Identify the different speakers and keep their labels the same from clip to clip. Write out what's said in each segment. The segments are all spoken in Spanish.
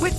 Speaker 1: With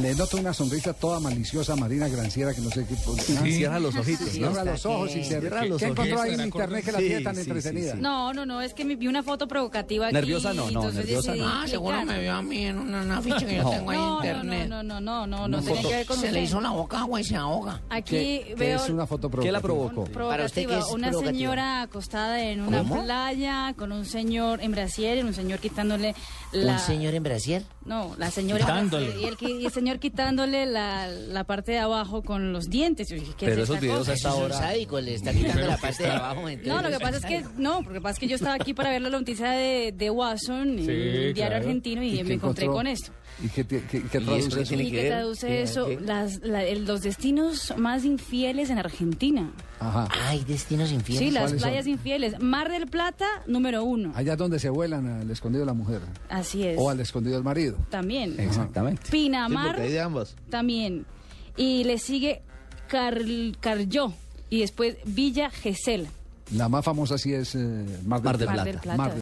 Speaker 2: Le noto una sonrisa toda maliciosa a Marina Granciera que no sé qué. por- Ah,
Speaker 3: Cierra los ojitos, ¿no?
Speaker 2: Cierra los ojos y se
Speaker 3: Cierra los
Speaker 2: ¿Qué encontró
Speaker 3: ojitos.
Speaker 2: ahí en internet que la tiene tan
Speaker 3: Sí, sí,
Speaker 2: entretenida?
Speaker 3: sí, sí.
Speaker 4: No, no, no, es que me vi una foto provocativa aquí.
Speaker 3: Nerviosa no, no,
Speaker 4: entonces
Speaker 3: nerviosa
Speaker 4: decidí
Speaker 3: no.
Speaker 5: Ah, seguro
Speaker 4: clicar.
Speaker 5: me vio a mí en una, una ficha que yo tengo ahí en
Speaker 4: No, no,
Speaker 5: internet.
Speaker 4: no, no, no, no, no, no tiene que ver con
Speaker 5: Se le
Speaker 4: usted.
Speaker 5: hizo la boca agua y se ahoga.
Speaker 4: Aquí
Speaker 2: ¿Qué, qué
Speaker 4: veo
Speaker 2: es una foto
Speaker 3: ¿Qué la
Speaker 2: provocativa?
Speaker 3: provocó?
Speaker 4: provocativa,
Speaker 5: Para usted, ¿qué es
Speaker 4: una
Speaker 5: provocativa?
Speaker 4: señora acostada en una
Speaker 5: ¿Cómo?
Speaker 4: playa con un señor en brasier, un señor quitándole la
Speaker 5: Un señor en Brasil.
Speaker 4: No, la señora
Speaker 3: Quitándole.
Speaker 4: y el, qui- y el señor quitándole la, la parte de abajo con los dientes. Yo dije, ¿qué es
Speaker 3: Pero
Speaker 4: esta
Speaker 3: esos videos
Speaker 4: cosa?
Speaker 3: a esta
Speaker 5: Es un
Speaker 3: hora.
Speaker 5: sádico, le está quitando la parte de abajo.
Speaker 4: No,
Speaker 5: entonces-
Speaker 4: lo que pasa es que no, porque pasa es que yo estaba aquí para ver la noticia de, de Watson, en el diario argentino, y,
Speaker 2: qué
Speaker 4: me encontré
Speaker 2: encontró?
Speaker 4: con esto.
Speaker 2: ¿Y qué, ti- qué- qué
Speaker 3: ¿Y
Speaker 2: traduce
Speaker 3: eso qué
Speaker 2: eso?
Speaker 3: tiene
Speaker 4: ¿Y qué traduce eso? Las- la- el- los destinos más infieles en Argentina.
Speaker 2: Ajá.
Speaker 5: Ay, destinos
Speaker 4: Ah. Sí,
Speaker 5: infieles.
Speaker 4: las
Speaker 2: ¿Cuáles son?
Speaker 4: playas infieles. Mar del Plata, número uno.
Speaker 2: Allá es donde se vuelan al escondido de la mujer
Speaker 4: Así es.
Speaker 2: o al escondido del marido.
Speaker 4: También.
Speaker 3: Exactamente.
Speaker 4: Pinamar,
Speaker 3: porque hay de ambos.
Speaker 4: también. Y le sigue Carl- Carrió. Y después Villa Gesell.
Speaker 2: La más famosa sí es eh, Mar del
Speaker 3: Mar del
Speaker 2: Plata.
Speaker 3: Plata.
Speaker 4: Mar del Plata.
Speaker 2: Mar del